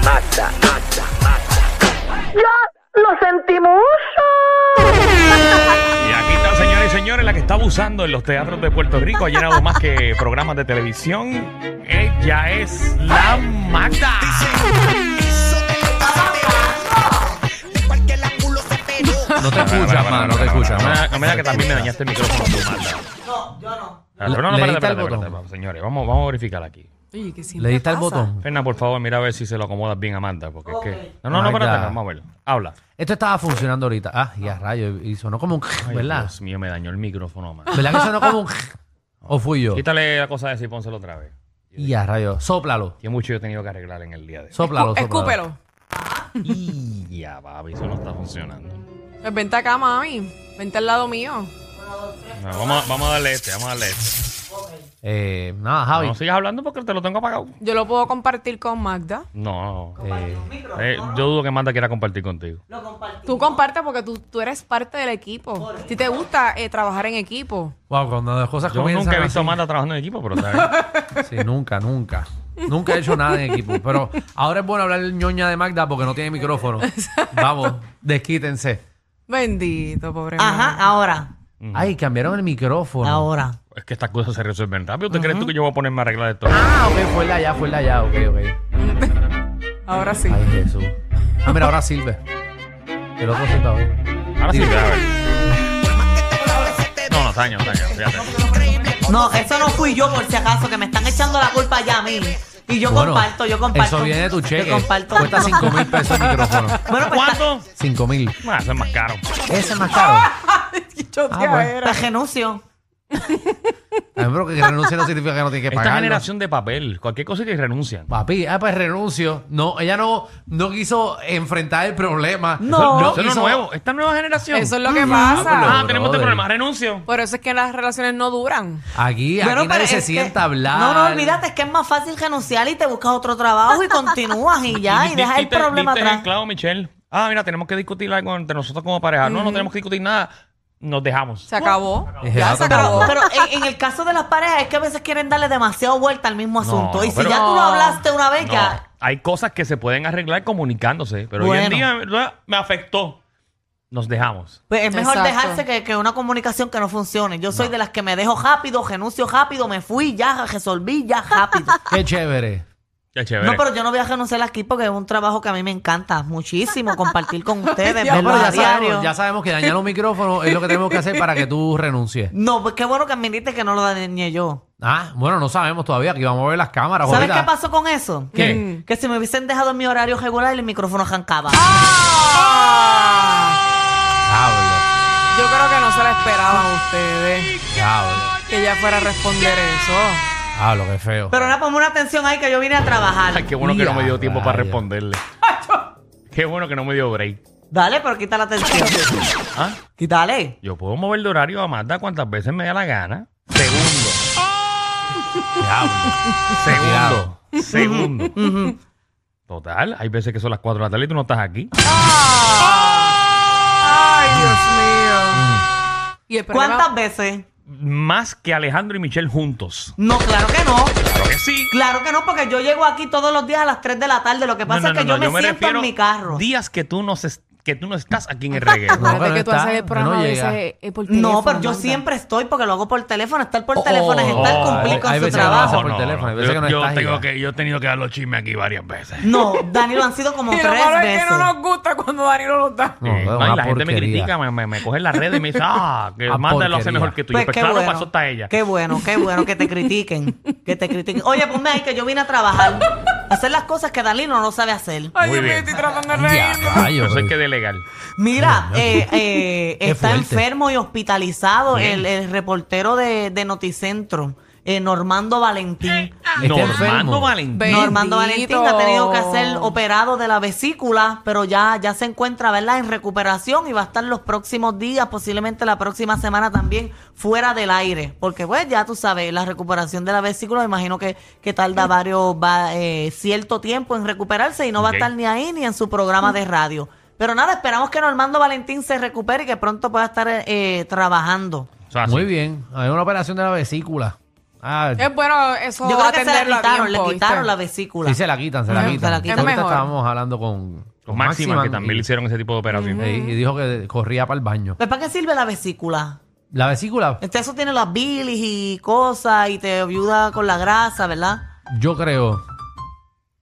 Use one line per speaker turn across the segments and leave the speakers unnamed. mata, mata, mata.
¡Ya lo sentimos!
Y aquí está, señores y señores, la que está abusando en los teatros de Puerto Rico. Ha llenado más que programas de televisión. Ella es la Magda.
No te
Para, para,
escuchas,
para,
ma, no
para,
te
para,
escuchas,
para.
ma.
No me da que también me dañaste el micrófono tú, Magda.
No, yo no.
Ah, Pero no, no,
¿Le
espérate,
diste al
espérate,
botón?
espérate, señores. Vamos, vamos a verificar aquí.
Oye, que siempre
¿Le diste al
pasa.
botón?
Ferna, por favor, mira a ver si se lo acomodas bien a Magda, porque es que... No, no, no,
Magda.
espérate, vamos a verlo. Habla.
Esto estaba funcionando ahorita. Ah, ya rayo. Y sonó como un...
Ay,
¿Verdad?
Dios mío, me dañó el micrófono, Magda.
¿Verdad que sonó como un... ¿O fui yo?
Quítale la cosa de esa y pónselo otra vez.
Y ya rayo. Sóplalo.
Que mucho yo he tenido que arreglar en el día de hoy.
Sóplalo,
Escú-
sóplalo.
Escúpelo.
Y ya, papi, eso no está funcionando.
Pues vente acá, mami. Vente al lado mío.
No, vamos, a, vamos a darle este, vamos a darle este.
Eh, nada, Javi.
No sigas hablando porque te lo tengo apagado.
Yo lo puedo compartir con Magda.
No, no.
Eh,
Eh, yo dudo que Manda quiera compartir contigo.
Lo compartimos. Tú compartes porque tú, tú eres parte del equipo. Si te gusta eh, trabajar en equipo.
wow, cuando las cosas
Yo
comienzan
nunca he visto a
así-
Manda trabajando en equipo, pero está bien.
Sí, nunca, nunca. Nunca he hecho nada en equipo. Pero ahora es bueno hablar ñoña de Magda porque no tiene micrófono. Vamos, desquítense.
Bendito, pobre
Ajá,
Magda.
ahora.
Ay, cambiaron el micrófono.
Ahora.
es que estas cosas se resuelven rápido. ¿Usted crees tú que yo voy a ponerme a arreglar esto?
Ah, ok, fue el de allá, fue el de allá. Ok, ok.
Ahora sí.
Ay, Jesús. Ah, mira, ahora sirve. El otro sirve ahora.
Ahora sí, mira, a ver. No, no, está dañado, está dañado, fíjate.
No, eso no fui yo por si acaso, que me están echando la culpa ya a mí. Y yo
Bueno,
comparto, yo comparto.
Eso viene de tu cheque.
Yo comparto.
Cuesta 5 mil pesos el micrófono.
Bueno, pues está-
¿Cuánto?
5 mil.
Ah, eso es más caro.
Ese es más caro.
Qué chotea
Ah, bueno.
era.
pues renuncio.
A mí, pero que renuncie no significa que no tiene que
Esta
pagar.
generación de papel, cualquier cosa que renuncian.
Papi, ah, pues renuncio. No, ella no, no quiso enfrentar el problema.
No.
Eso es lo
quiso-
nuevo. Esta nueva generación.
Eso es lo que pasa.
Ah, tenemos este
Brother.
problema. Renuncio.
Por eso es que las relaciones no duran.
Aquí, aquí
Bueno,
nadie
pero
se
es que-
sienta a hablar.
No, no, olvídate, es que es más fácil renunciar y te buscas otro trabajo y continúas y ya, y,
di-
dejas el
diste-
problema
diste en
atrás.
clavo, Michelle. Ah, mira, tenemos que discutir algo entre nosotros como pareja. No, no tenemos que discutir nada. Nos dejamos.
Se acabó.
acabó.
Ya se
Pero-
acabó.
Pero en, en el caso de las parejas es que a veces quieren darle demasiado vuelta al mismo asunto.
no,
y si
pero-
ya tú lo hablaste una vez,
No,
ya.
hay cosas que se pueden arreglar comunicándose, pero hoy en
Bueno.
día ¿verdad? me afectó. Nos dejamos.
Pues es mejor
Exacto.
dejarse que, que una comunicación que no funcione. Yo soy de las que me dejo rápido, renuncio rápido, me fui, ya resolví, ya rápido.
Qué chévere.
Qué chévere.
No, pero yo no voy a renunciar aquí porque es un trabajo que a mí me encanta muchísimo compartir con ustedes,
No, pero
verlos a
ya sabemos,
diario.
ya sabemos que dañar los micrófonos es lo que tenemos que hacer para que tú renuncies.
No, pues qué bueno que admitiste que no lo dañé yo.
Ah, bueno, no sabemos todavía. Aquí vamos a ver las cámaras.
¿Sabes
ahorita.
qué pasó con eso?
¿Qué?
Mm. Que si me hubiesen dejado en mi horario regular, el micrófono jancaba.
Diablo,
Yo creo que no se la esperaban a ustedes
diablo,
que ella fuera a responder eso.
diablo, qué feo.
Pero ahora ponme una atención ahí que yo vine a trabajar.
Ay, qué bueno que no me dio
Ya,
tiempo para
rayos.
responderle. qué bueno que no me dio break.
Dale, pero quita la atención.
¿Ah?
Quítale.
Yo puedo mover de horario a Marta cuantas veces me da la gana. Segundo.
Diablo.
Segundo. Segundo. Total, hay veces que son las 4 de la tarde y tú no estás aquí.
Ay, Dios mío. Y el problema-
¿Cuántas veces?
Más que Alejandro y Michelle juntos.
No, claro que no.
Claro que sí.
Claro que no, porque yo llego aquí todos los días a las 3 de la tarde. Lo que pasa
No, no,
es que
no,
yo me, siento
refiero
en mi carro.
Días que tú no, se- que tú no estás aquí en el reguero.
No,
Acuérdate
pero
que tú
está,
haces el
que
programa
no
a
llega.
veces, eh, por teléfono,
No, pero yo
Magda.
siempre estoy porque lo hago por teléfono. Estar por
Oh,
teléfono es estar
oh,
cumplir
hay-
con
hay
su
veces que lo
trabajo.
haces por teléfono, hay veces
yo,
que no
yo
estás
tengo
ya.
que, yo he tenido que dar los chismes aquí varias veces.
No, Dani lo han sido como
Y lo
tres
malo es que
veces. Pues
no nos gusta cuando Danilo lo da.
No,
Eh,
es
no, y
una
la gente me
porquería.
critica, me, me, me coge en las redes y me dice, ah, que
Una
Marta lo hace
porquería.
mejor que tú. Y yo, pues
qué
claro,
bueno.
pasó hasta ella.
Qué bueno, qué bueno que te critiquen. que te critiquen. Oye, ponme ahí que yo vine a trabajar. a hacer las cosas que Dalino no sabe hacer.
Ay,
Muy
yo me
bien.
estoy tratando de
Ya,
reírme.
rayo,
Eso hay
bro.
que delegar.
Mira, eh, eh,
Qué
está
fuerte.
enfermo y hospitalizado el, el reportero de, de Noticentro, eh, Normando Valentín.
Está
Normando
enfermo.
Valentín.
Bendito.
Normando Valentín ha tenido que ser operado de la vesícula, pero ya, ya se encuentra, ¿verdad?, en recuperación y va a estar los próximos días, posiblemente la próxima semana también, fuera del aire. Porque, pues, ya tú sabes, la recuperación de la vesícula, me imagino que, que tarda varios, va, eh, cierto tiempo en recuperarse y no va
Ok.
a estar ni ahí ni en su programa de radio. Pero nada, esperamos que Normando Valentín se recupere y que pronto pueda estar eh, trabajando.
O sea,
Muy
sí.
bien. Hay una operación de la vesícula. Ah,
Es bueno eso
Yo creo que se
atenderlo
la
a
quitaron,
tiempo,
le quitaron
¿viste?
la vesícula.
sí, se la quitan, se la
Ujú,
quitan.
se la quitan.
Es
Ahorita
mejor.
estábamos hablando con,
Con Máxima, que
Maximan
también
y-
le hicieron ese tipo de operación.
y, y dijo que corría para el baño.
¿Pero Pues, ¿Para qué sirve la vesícula?
La vesícula,
Este, eso tiene las bilis y cosas y te ayuda con la grasa, ¿verdad?
yo creo.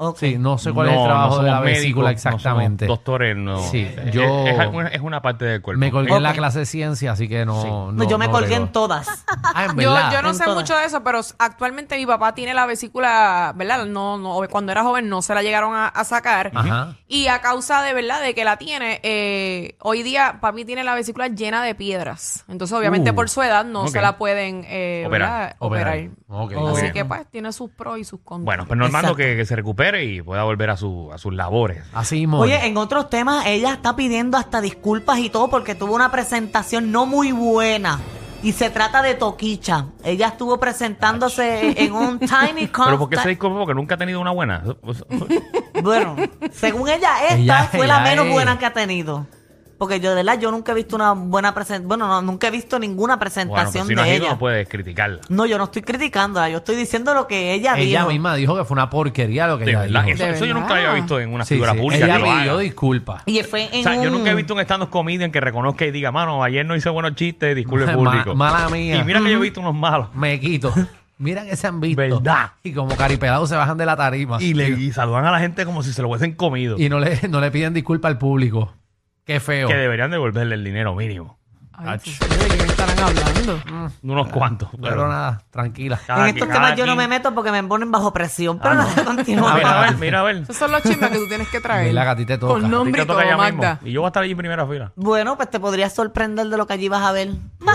Ok.
Sí, no sé cuál es
No,
el
no
trabajo de la
somos
vesícula
médicos, no
exactamente.
somos doctores, no.
Sí,
Es-
yo-
Es, alguna- es una parte del cuerpo. Eh,
me colgué en la
Ok.
clase de ciencia, así que no. no,
No, yo me
no
colgué
creo.
en todas.
Ah, en
Yo,
verdad.
yo no
En
sé
todas.
mucho de eso, pero s- actualmente mi papá tiene la vesícula, ¿verdad? No, no, cuando era joven no se la llegaron a, a sacar.
Ajá.
Y a causa de, ¿verdad? De que la tiene, eh, hoy día papi tiene la vesícula llena de piedras. Entonces, obviamente
Uh,
por su edad no
ok.
se la pueden eh,
Operar,
¿verdad? operar.
Ok.
Oh.
Así
Bien.
que pues tiene sus pros y sus contras.
Bueno, pero Normando
Exacto.
que, que se recupere y pueda volver a, su, a sus labores.
Así mismo.
Oye, en otros temas, ella está pidiendo hasta disculpas y todo porque tuvo una presentación no muy buena. Y se trata de Toquicha. Ella estuvo presentándose en un tiny concert.
Pero ¿por qué se disculpa? Porque nunca ha tenido una buena. Pues,
Bueno, según ella, esta
Ella-
fue la
ella
menos
es-
buena que ha tenido. Porque yo, de verdad, yo nunca he visto una buena presentación. Bueno, no, nunca he visto ninguna
bueno, pues
presentación
si no has
de
ido
ella.
no puedes criticarla.
No, yo no estoy criticándola, yo estoy diciendo lo que ella,
ella
dijo.
misma dijo que fue una porquería lo que
De
ella
verdad,
dijo.
eso,
De
eso yo
verdad.
nunca lo había visto en una
Sí,
figura
sí,
pública.
Ella
que lo haga.
pidió disculpas.
Y fue en
O sea, yo
un-
nunca he visto un stand-up comedian que reconozca y diga, mano, ayer no hice buenos chistes, disculpe
Ma-
público.
mala mía.
Y mira que yo he visto unos malos.
Me quito. Mira que se han visto.
¿Verdad?
Y como caripelados se bajan de la tarima.
Y, le, y saludan a la gente como si se lo hubiesen comido.
Y no le, no le piden disculpa al público. Qué feo.
que deberían devolverle el dinero mínimo.
Ay, pues, ¿de qué estarán hablando?
Unos cuantos.
Pero nada, tranquila.
cada
en estos
quien-
temas
cada
yo no me
quien-
meto porque me ponen bajo presión. Pero nada, continúa.
Mira, a ver, mira, a ver.
Esos son los chismes que tú tienes que traer.
Mira, que a ti te toca.
Con
A ti
nombre
te
y
toca
todo,
ya
Magda.
mismo. Y yo voy a estar allí en primera fila.
Bueno, pues te podrías sorprender de lo que allí vas a ver.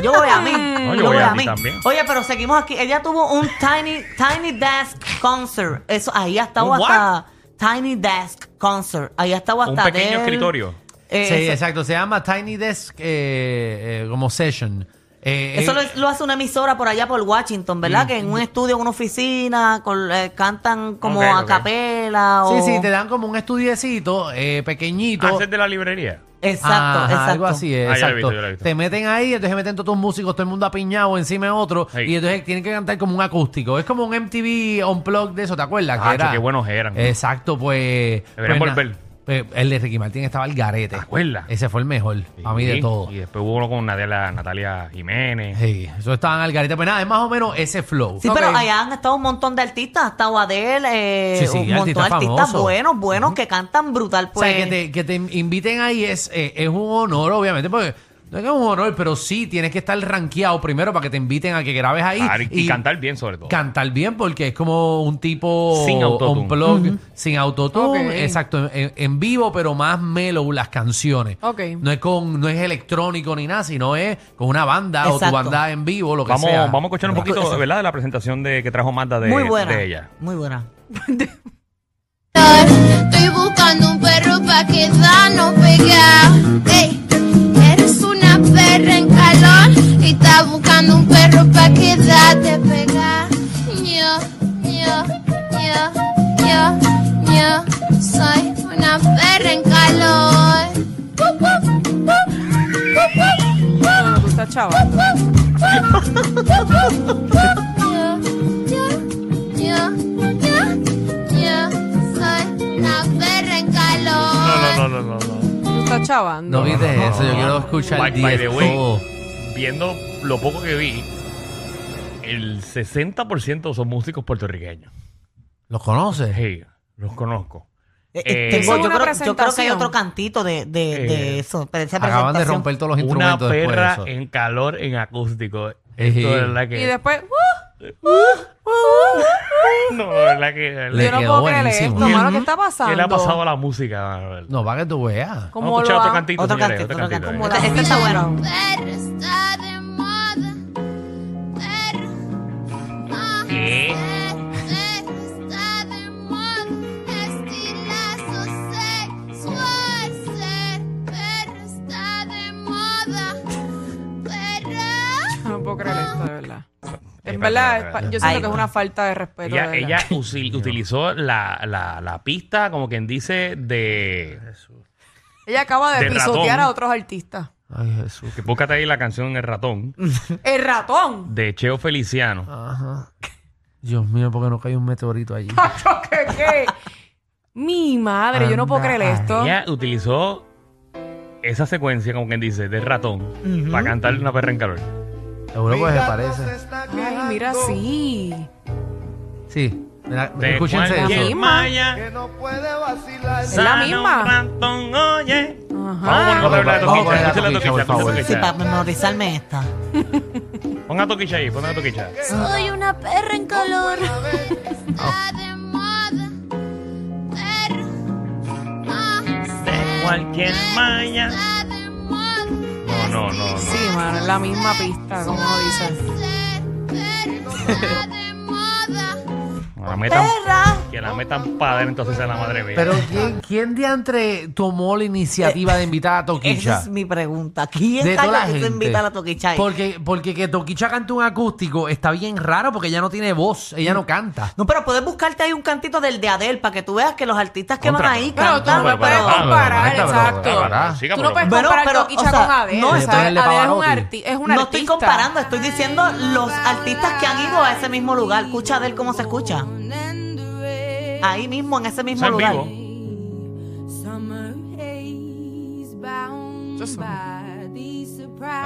Yo voy a mí.
yo voy a mí también.
Oye, pero seguimos aquí. Ella tuvo un Tiny, tiny Desk Concert. Eso, ahí ha estado
¿Un what?
hasta... Tiny Desk Concert. Ahí ha estado
Un
hasta
pequeño
Adele.
escritorio.
Eh,
Sí,
eso-
exacto. Se llama Tiny Desk eh, eh, como session. Eh,
Eso
eh, Mm.
lo, lo hace una emisora por allá por Washington, ¿verdad? Que en un estudio, en una oficina, con- eh, cantan como
Ok,
a
ok.
capela o...
Sí, sí, te dan como un estudiecito eh,
Ah,
pequeñito.
Haces de la librería.
Exacto,
Ajá,
exacto.
Algo así, es,
Ah, ya lo he
exacto.
visto, ya lo he visto.
Te meten ahí, entonces meten todos tus músicos, todo el mundo apiñado encima de otro,
Sí.
y entonces tienen que cantar como un acústico. Es como un MTV Unplugged de eso, ¿te acuerdas?
Hacho, Ah, qué buenos eran.
Exacto, pues...
Deberían
pues, na-
volver.
pues, el de Ricky Martin estaba el garete.
¿Te acuerdas?
Ese fue el mejor, a mí de
Sí,
todo.
Y después hubo uno con Natalia, Natalia Jiménez.
Sí, eso estaban al garete. Pues nada, es más o menos ese flow.
Sí,
Ok.
pero allá han estado un montón de artistas, ha estado Adele, eh,
Sí, sí,
un montón de
artistas
artistas
famosos.
buenos, buenos, que cantan brutal,
O sea,
pues.
que te, que te inviten ahí es, eh, es un honor, obviamente, porque no es que es un honor, pero sí tienes que estar rankeado primero para que te inviten a que grabes ahí.
Claro, y, y cantar bien, sobre todo.
Cantar bien porque es como un tipo
Sin autotune.
un blog sin autotune,
Ok.
exacto, en, en vivo pero más mellow las canciones.
Ok.
No es con no es electrónico ni nada, sino es con una banda o tu
Exacto.
banda en vivo, lo que
Vamos,
sea.
vamos a escuchar un
Exacto.
poquito, ¿verdad? De la presentación de que trajo Marta de,
muy buena.
de ella.
Muy buena.
Estoy buscando un perro pa' quedarnos pegados. Ey, eres una perra en calor y estás buscando un perro pa' quedarte pegado. Yo, yo, yo, yo, yo soy una perra en calor. Pup, pup, pup, pup, pup, pup.
No, tú estás chava.
Yo, yo, yo, yo, yo soy una perra en calor.
no, no, no. no.
Tú estás chavando.
No viste
no, no,
eso, yo
no.
quiero escuchar
By- by the
directo.
way. Viendo lo poco que vi, el 60% son músicos puertorriqueños.
¿Los conoces?
Sí, los conozco.
Eh,
Eh,
Eso
tengo-
es
yo,
una
creo, yo creo que hay
presentación.
otro cantito de, de, de
Eh,
eso, de esa
Acaban de
presentación.
romper todos los
Una
instrumentos después de
perra
eso.
en calor, en acústico.
Ejí.
Esto de verdad
Y
que...
después, ¡uh!
No, de verdad que... de verdad
Le
yo no
quedó
puedo creer
buenísimo.
esto, mano, ¿qué está
que-
pasando?
¿Qué le ha pasado a la música? Manuel?
No, para que tú veas.
¿Cómo
Vamos a escuchar
lo
otro
ha-
cantito,
Otro
señores,
cantito, otro cantito.
¿Cómo
ahí.
la
eh.
Este- este está bueno.
Perro está de moda. Perro. Ah,
¿Qué?
perro está de moda. Estilazo sexual. Ser perro está de moda. Perro.
No puedo creer esto, de verdad.
Espérate,
En verdad,
espérate,
pa- yo
espérate.
siento
Ay,
que es
no.
una falta de respeto. de
Ella,
verdad.
ella usil- utilizó la, la, la pista, como quien dice, de...
Ella acaba de,
de
pisotear
ratón.
a otros artistas.
Ay, Jesús.
Que búscate ahí la canción El Ratón,
El ratón.
de Cheo Feliciano.
Ajá. Dios mío, porque no cae un meteorito allí.
Tacho, ¿qué, qué? Mi madre, yo no puedo
Anda,
creer esto.
Ella utilizó esa secuencia, como quien dice, del ratón para cantarle una perra en calor.
Seguro que se parece.
Ay, mira, sí.
Sí. Mira,
De
escúchense
cualquier
eso.
eso.
malla,
Es la
sana un
misma.
ratón, oye.
Ajá.
Vamos a poner la
Vamos a poner
toquicha.
la
Escuchen la toquicha,
toquicha, por
escuchen la
favor.
Sí, para
toquicha.
memorizarme esta.
Ponga la toquicha ahí, ponga la toquicha.
Soy una perra en calor. Está de moda. Perro. No sé.
Cualquier malla.
Está de moda.
No, no, no, no.
Sí, mano, es la misma pista, como uno dice.
Ser perro. Está de moda.
No La metan, que la metan padre, entonces a la madre mía.
Pero ¿quién, quién diantre tomó la iniciativa de invitar a
Esa
Toquicha?
es mi pregunta. ¿Quién
De toda la
cayó que
gente.
te invita a la toquicha?
Porque, porque que Toquicha cante un acústico está bien raro porque ella no tiene voz, ella no canta.
No, pero puedes buscarte ahí un cantito del de Adel para que tú veas que los artistas que
Contra,
van ahí
pero-
cantan.
Pero tú no puedes
pero-
comparar,
pero-
exacto.
pero-
Siga,
Tú no
pero-
puedes
Bueno,
comparar
pero,
Toquicha
o sea,
con Adele.
no
o sea,
estoy-
Adele es un,
Pavarotti.
arti es un
no
artista.
estoy comparando, estoy diciendo los artistas que han ido a ese mismo lugar. Escucha Adel cómo se escucha. Ahí mismo, en ese
Eso
mismo
en
lugar.
vivo.
Eso es-
Ah,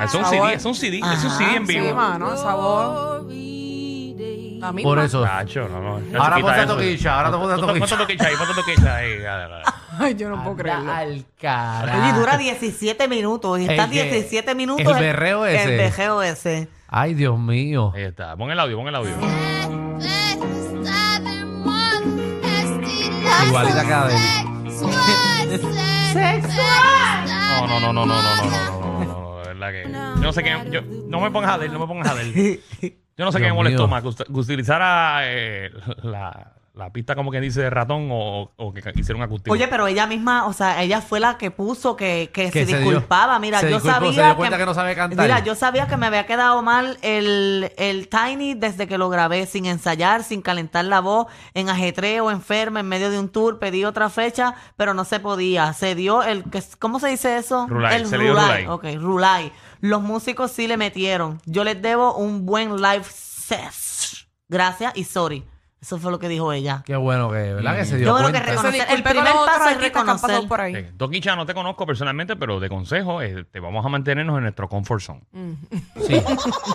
Es un CD, es un CD, es un
Ajá,
CD en
Sí,
vivo.
mano, esa voz. La misma.
Por eso.
Nacho, no, no. no,
Ahora
chiquita,
ponte
eso.
toquicha, ahora ponte
Ponte-
toquicha.
Ponte toquicha ahí, ponte toquicha ahí. dale, dale.
Ay, yo
Ah,
no puedo creerlo.
Anda al
Oye, dura
carajo.
17 minutos. Y
El
están
Ah. que-
17 minutos.
el berreo ese.
El berreo ese.
Ay, Dios mío.
Ahí está. Pon el audio, pon el audio.
Perro. Está de moda. Estiloso.
Igualita que Adele.
Sexual.
No, no, no, no, no, no, no, no, no, no, no, no, de verdad que. Yo no sé qué. Yo, no me pongas a ver, no me pongas a ver. Yo no sé qué me
Dios
molestó
mío.
más, que usted- que utilizara eh, la, la pista como quien dice de ratón o, o que hiciera un acústico.
Oye, pero ella misma, o sea, ella fue la que puso que, que
Que
se,
se dio.
disculpaba. Mira,
Se
yo
disculpó,
sabía.
se dio cuenta que no sabe cantar.
Mira, yo sabía que me había quedado mal el, el Tiny desde que lo grabé, sin ensayar, sin calentar la voz, en ajetreo, enferma, en medio de un tour. Pedí otra fecha, pero no se podía. Se dio el. que- ¿Cómo se dice eso?
Rulay,
El
se le dio
Rulay.
Rulay.
Ok, Rulay. Los músicos sí le metieron. Yo les debo un buen live set. Gracias y sorry. Eso fue lo que dijo ella.
Qué bueno que, ¿verdad? Que se dio
Yo creo que
cuenta.
Se
reconocer-
disculpe
el primer
con los otros
paso es
artistas que han pasado
reconocer.
por ahí.
Eh, Toquicha, no te conozco personalmente, pero de consejo, eh, te vamos a mantenernos en nuestro comfort zone.
Sí.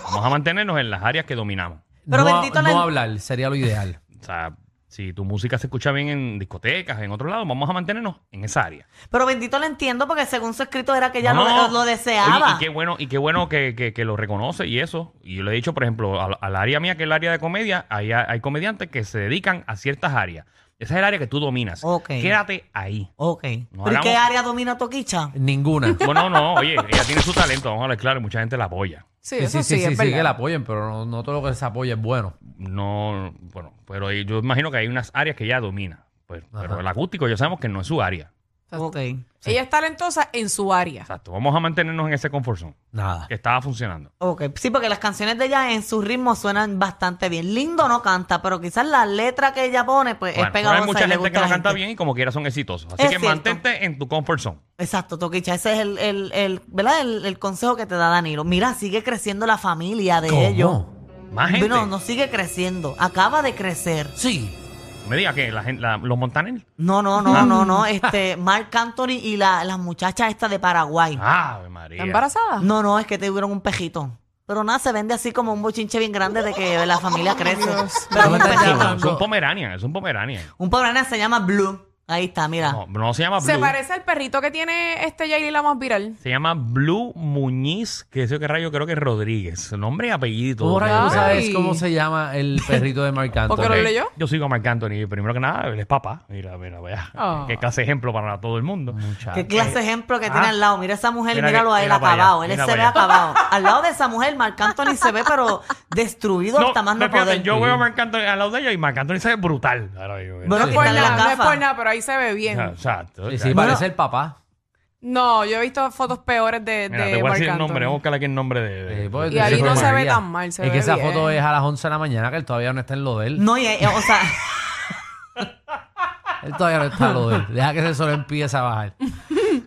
Vamos a mantenernos en las áreas que dominamos.
Pero
no,
bendito la-
no hablar, sería lo ideal.
O sea, si tu música se escucha bien en discotecas, en otro lado, vamos a mantenernos en esa área.
Pero bendito lo entiendo porque según su escrito era que ella
No,
lo,
no.
lo deseaba.
Oye, y qué bueno, y qué bueno que, que- que lo reconoce y eso. Y yo le he dicho, por ejemplo, al, al área mía, que es el área de comedia, ahí hay, hay comediantes que se dedican a ciertas áreas. Esa es el área que tú dominas.
Ok.
Quédate ahí.
Ok.
No
¿Pero y qué
hablamos-
área domina Toquicha?
Ninguna.
Bueno, no, oye, ella tiene su talento, vamos a hablar claro, y mucha gente la apoya.
Sí, eso sí, es
que la
verdad.
apoyen, pero no, no todo lo que se apoya es bueno.
No, bueno, pero yo imagino que hay unas áreas que ella domina. Pues, pero
Ajá.
el acústico ya sabemos que no es su área.
Ok.
Ella es talentosa en su área.
Exacto, vamos a mantenernos en ese confort zone,
Nada.
que estaba funcionando.
Ok. Sí, porque las canciones de ella en su ritmo suenan bastante bien. Lindo no canta, pero quizás la letra que ella pone, pues
Bueno,
es
pero
pegajosa.
hay
y
mucha
le
gente
gusta
que
a
no
la
canta
gente.
bien y como quiera son exitosos. Así
Es
que
cierto.
mantente en tu comfort zone.
Exacto, Toquicha. Ese es el, el, el- ¿verdad? El, el consejo que te da Danilo. Mira, sigue creciendo la familia de ellos.
¿Cómo?
Más gente.
No, no sigue creciendo. Acaba de crecer.
Sí.
Me diga que la gente, la- los montaneros.
No, no, no, no, no. Este, Mark Anthony y la, la muchacha esta de Paraguay.
Ave María.
¿Está embarazada?
No, no, es que tuvieron un pejito. Pero nada, se vende así como un bochinche bien grande de que la familia crece. Pero
¿Cómo
un
te
pejito.
llamas?
Es un pomeranian, es un pomeranian.
Un pobre nena se llama Blue. Ahí está, mira.
Ah.
No, no se llama Blue.
Se parece al perrito que tiene este Yairi la más viral.
Se llama Blue Muñiz, que sé qué rayo, creo que es Rodríguez. Nombre y apellido.
¿Tú ahora
Ay.
tú sabes cómo se llama el perrito de Marc Anthony?
Porque lo leyó.
Yo sigo a Marc Anthony. Primero que nada, él es papá. Mira, mira, vaya.
Ah.
Qué clase de ejemplo para todo el mundo.
Oh. Muchacho.
Qué clase de ejemplo que
Ah.
tiene al lado. Mira esa mujer,
Mira
míralo
que-
a él
mira pa' allá,
acabado. Él
mira
se
pa'
ve
allá.
acabado. Al lado de esa mujer, Marc Anthony se ve, pero destruido hasta más no
pero fíjate,
poder.
yo veo a Marc Anthony al lado de ella y Marc Anthony se ve brutal. Ahora mismo, mira.
Bueno,
No es
que
por
quitarle
nada,
la
no es
gafa.
por nada, pero ahí se ve bien.
Ah, Exacto.
Sí,
Ya.
sí, parece el papá.
No, yo he visto fotos peores de,
Mira,
de
te voy a
Marc
decir el
Anthony.
nombre. Vamos a buscar aquí el nombre de. de-
Eh, pues,
Y ahí
ese
no
fue
se ve
María.
tan mal, se
Es
ve
que esa
bien.
foto es a las 11 de la mañana, que él todavía no está en lo de él.
No, y, eh, o sea,
Él todavía no está en lo de él. Deja que ese sol empiece a bajar.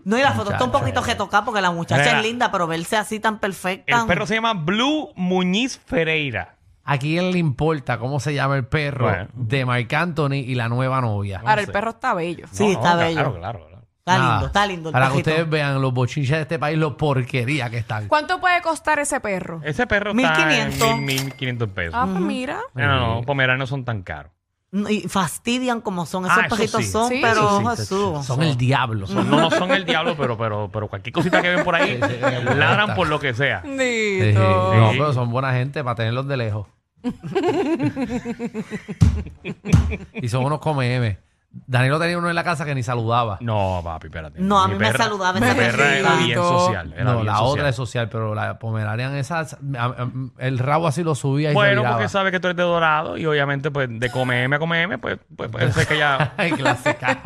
no, y la foto está un
Muchacho.
poquito retocada porque la muchacha
Mira.
es linda, pero verse así tan perfecta.
El perro se llama Blue Muñiz Ferreira.
¿A quién le importa cómo se llama el perro
Bueno.
de Marc Anthony y la nueva novia?
Ahora, el perro está bello.
Sí,
No, no,
está
claro,
bello.
Claro, claro, claro.
Está
Nada.
lindo, está lindo el
Para que
perrito.
ustedes vean los bochinches de este país, lo porquería que están.
¿Cuánto puede costar ese perro?
Ese perro
1500.
está en mil- 1500 pesos.
Ah, pues mira.
No, no,
Eh,
no, pomeranos son tan caros.
No, Y fastidian como son. Esos
Ah, eso
perritos
sí.
son,
Sí.
pero
Eso sí,
Jesús.
Son el diablo.
No,
son-
no son el diablo, pero, pero, pero cualquier cosita que ven por ahí,
Sí, sí, me molesta.
ladran por lo que sea.
Sí,
Nito.
No, pero son buena gente para tenerlos de lejos. y son unos come M. Danilo tenía uno en la casa que ni saludaba.
No, papi, espérate.
No, a
Mi
mí me
perra-
saludaba
Mi
esa
perra era
perrita.
bien social. Era
no,
bien
la
social.
otra es social, pero la Pomeranian esa, a- a- el rabo así lo subía y
Bueno,
se viraba.
porque sabe que tú eres de dorado y obviamente, pues, de comerme a comerme, pues, pues puede ser que haya
Ay, clásica.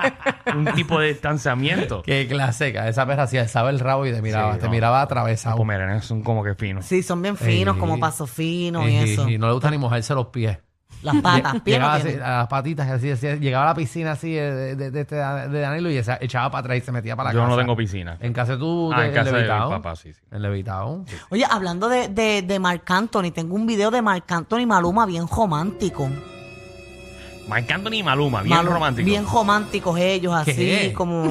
un tipo de distanciamiento.
Qué clásica. Esa perra hacía, estaba el rabo y te miraba,
Sí,
te
no.
miraba
Los
atravesado.
pomeranos Pues son como que finos.
Sí, son bien finos,
Sí.
como paso fino y
Y-
eso.
y no le gusta ni mojarse los pies.
Las patas,
eh, Llegaba
piernas.
así,
tienen.
a las patitas, así, así, llegaba a la piscina así de, de, de, este- de Danilo y esa- echaba para atrás y se metía para la
Yo
casa.
no tengo piscina.
En casa de tú,
Ah, en casa de mi
Levitown.
papá, sí, sí.
En Levitown.
Oye, hablando de, de, de Marc Anthony, tengo un video de Marc Anthony Maluma bien romántico.
Marc Anthony y Maluma, bien
Malu-
romántico.
Bien románticos ellos,
¿Qué?
así, como,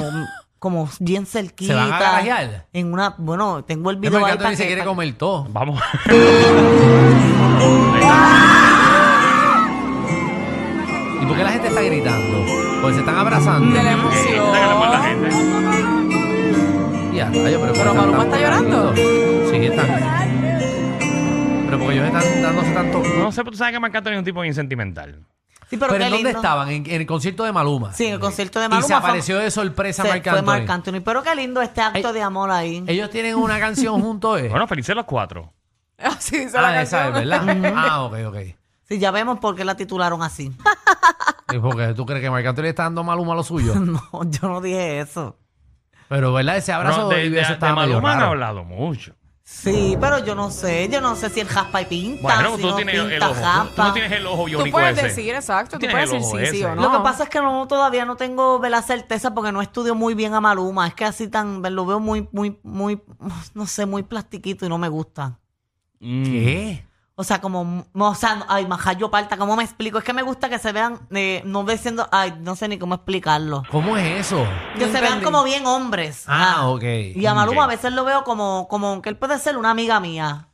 como bien cerquita.
¿Se van a garajear?
En una, bueno, tengo el
Es
video
porque
ahí
Anthony
para
se
que-
quiere
para-
comer todo.
Vamos.
¿Y por qué la gente está gritando? Porque se están abrazando.
De la
Eh, sácale por la
emoción.
gente.
Y a rayos, pero, ¿por qué
Maluma
están
está llorando.
Sí, están. Pero porque ellos están dándose tanto.
No sé, pero tú sabes que Marc Anthony es un tipo bien sentimental.
Sí,
Pero,
pero, qué
¿en dónde
lindo.
estaban? En, en el concierto de Maluma.
Sí, en el concierto de
Y
Maluma.
se
fue-
apareció de sorpresa
se
Marc
fue Marc
Anthony.
Anthony. Pero qué lindo este acto
Ay.
de amor ahí.
Ellos tienen una canción juntos, ¿eh?
Bueno, felices los cuatro.
Así dice la
ah, esa es,
canción.
¿verdad? ah, ok, ok.
Sí, ya vemos por qué la titularon así.
Sí, Porque tú crees que Marc Anthony le está dando a Maluma lo suyo.
no, yo no dije eso.
Pero, ¿verdad? Ese abrazo
No, de,
y
de-
eso
de
estaba medio
Maluma han
raro.
hablado mucho.
Sí, pero yo no sé. Yo no sé si el jaspa y pinta.
Bueno,
si
tú
no
tienes
pinta
el ojo. tú- Tú,
jaspa.
no tienes el ojo
Tú
biónico
puedes
ese.
decir, exacto. Tú
tienes
puedes
el
decir
ojo
sí, sí
ese.
o no.
Lo que pasa es que no todavía no tengo ve, la certeza porque no estudio muy bien a Maluma. Es que así tan lo veo muy, muy, muy, no sé, muy plastiquito y no me gusta.
Mm.
¿Qué?
O sea, como, o sea, ay, majayo palta, ¿cómo me explico? Es que me gusta que se vean, eh, no ve siendo, ay, no sé ni cómo explicarlo.
¿Cómo es eso?
Que se vean
entendí.
como bien hombres.
Ah, ok.
Y a
Ok.
Maluma a veces lo veo como, como que él puede ser una amiga mía.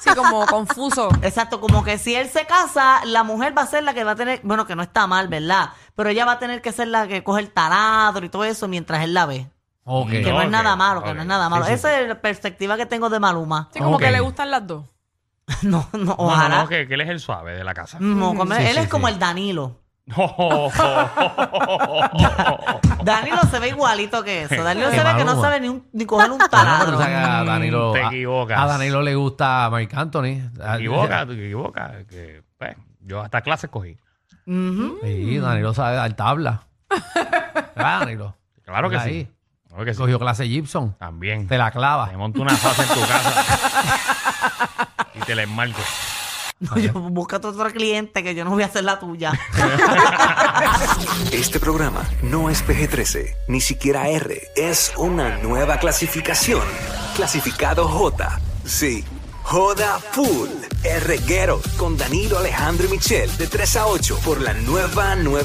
Sí, como confuso.
Exacto, como que si él se casa, la mujer va a ser la que va a tener, bueno, que no está mal, ¿verdad? Pero ella va a tener que ser la que coge el taladro y todo eso mientras él la ve.
Ok.
Que no es
Ok,
nada malo, que
ok.
no es nada malo. Esa es la perspectiva que tengo de Maluma.
Sí, como
Ok.
que le gustan las dos.
No, no,
No, no,
ojalá.
no, que, que él es el suave de la casa.
No, como
Sí,
él
sí,
es como
sí.
el Danilo.
Pero
Danilo se ve igualito que eso. Danilo
Qué
se ve que no
Maluma.
sabe ni, un- ni coger un
Ah, no, pero
taladro.
tú sabes que a Danilo,
Te
a-
equivocas.
A, Danilo le gusta Marc Anthony.
Te equivocas, te equivocas. Que, pues, yo hasta clases cogí.
Ujú.
Sí, Danilo sabe dar tabla. ¿Verdad, Danilo?
Claro que
Ahí.
sí. Claro que sí.
Cogió clase Gibson.
También.
Te la clava.
Te monto una fase en tu casa. y te la enmarco.
No, yo, búscate otro cliente que yo no voy a hacer la tuya.
Este programa no es PG-13, ni siquiera R. Es una nueva clasificación. Clasificado J. Sí. Joda Full. R. Guerrero con Danilo Alejandro y Michel de 3 a 8 por la nueva nueva.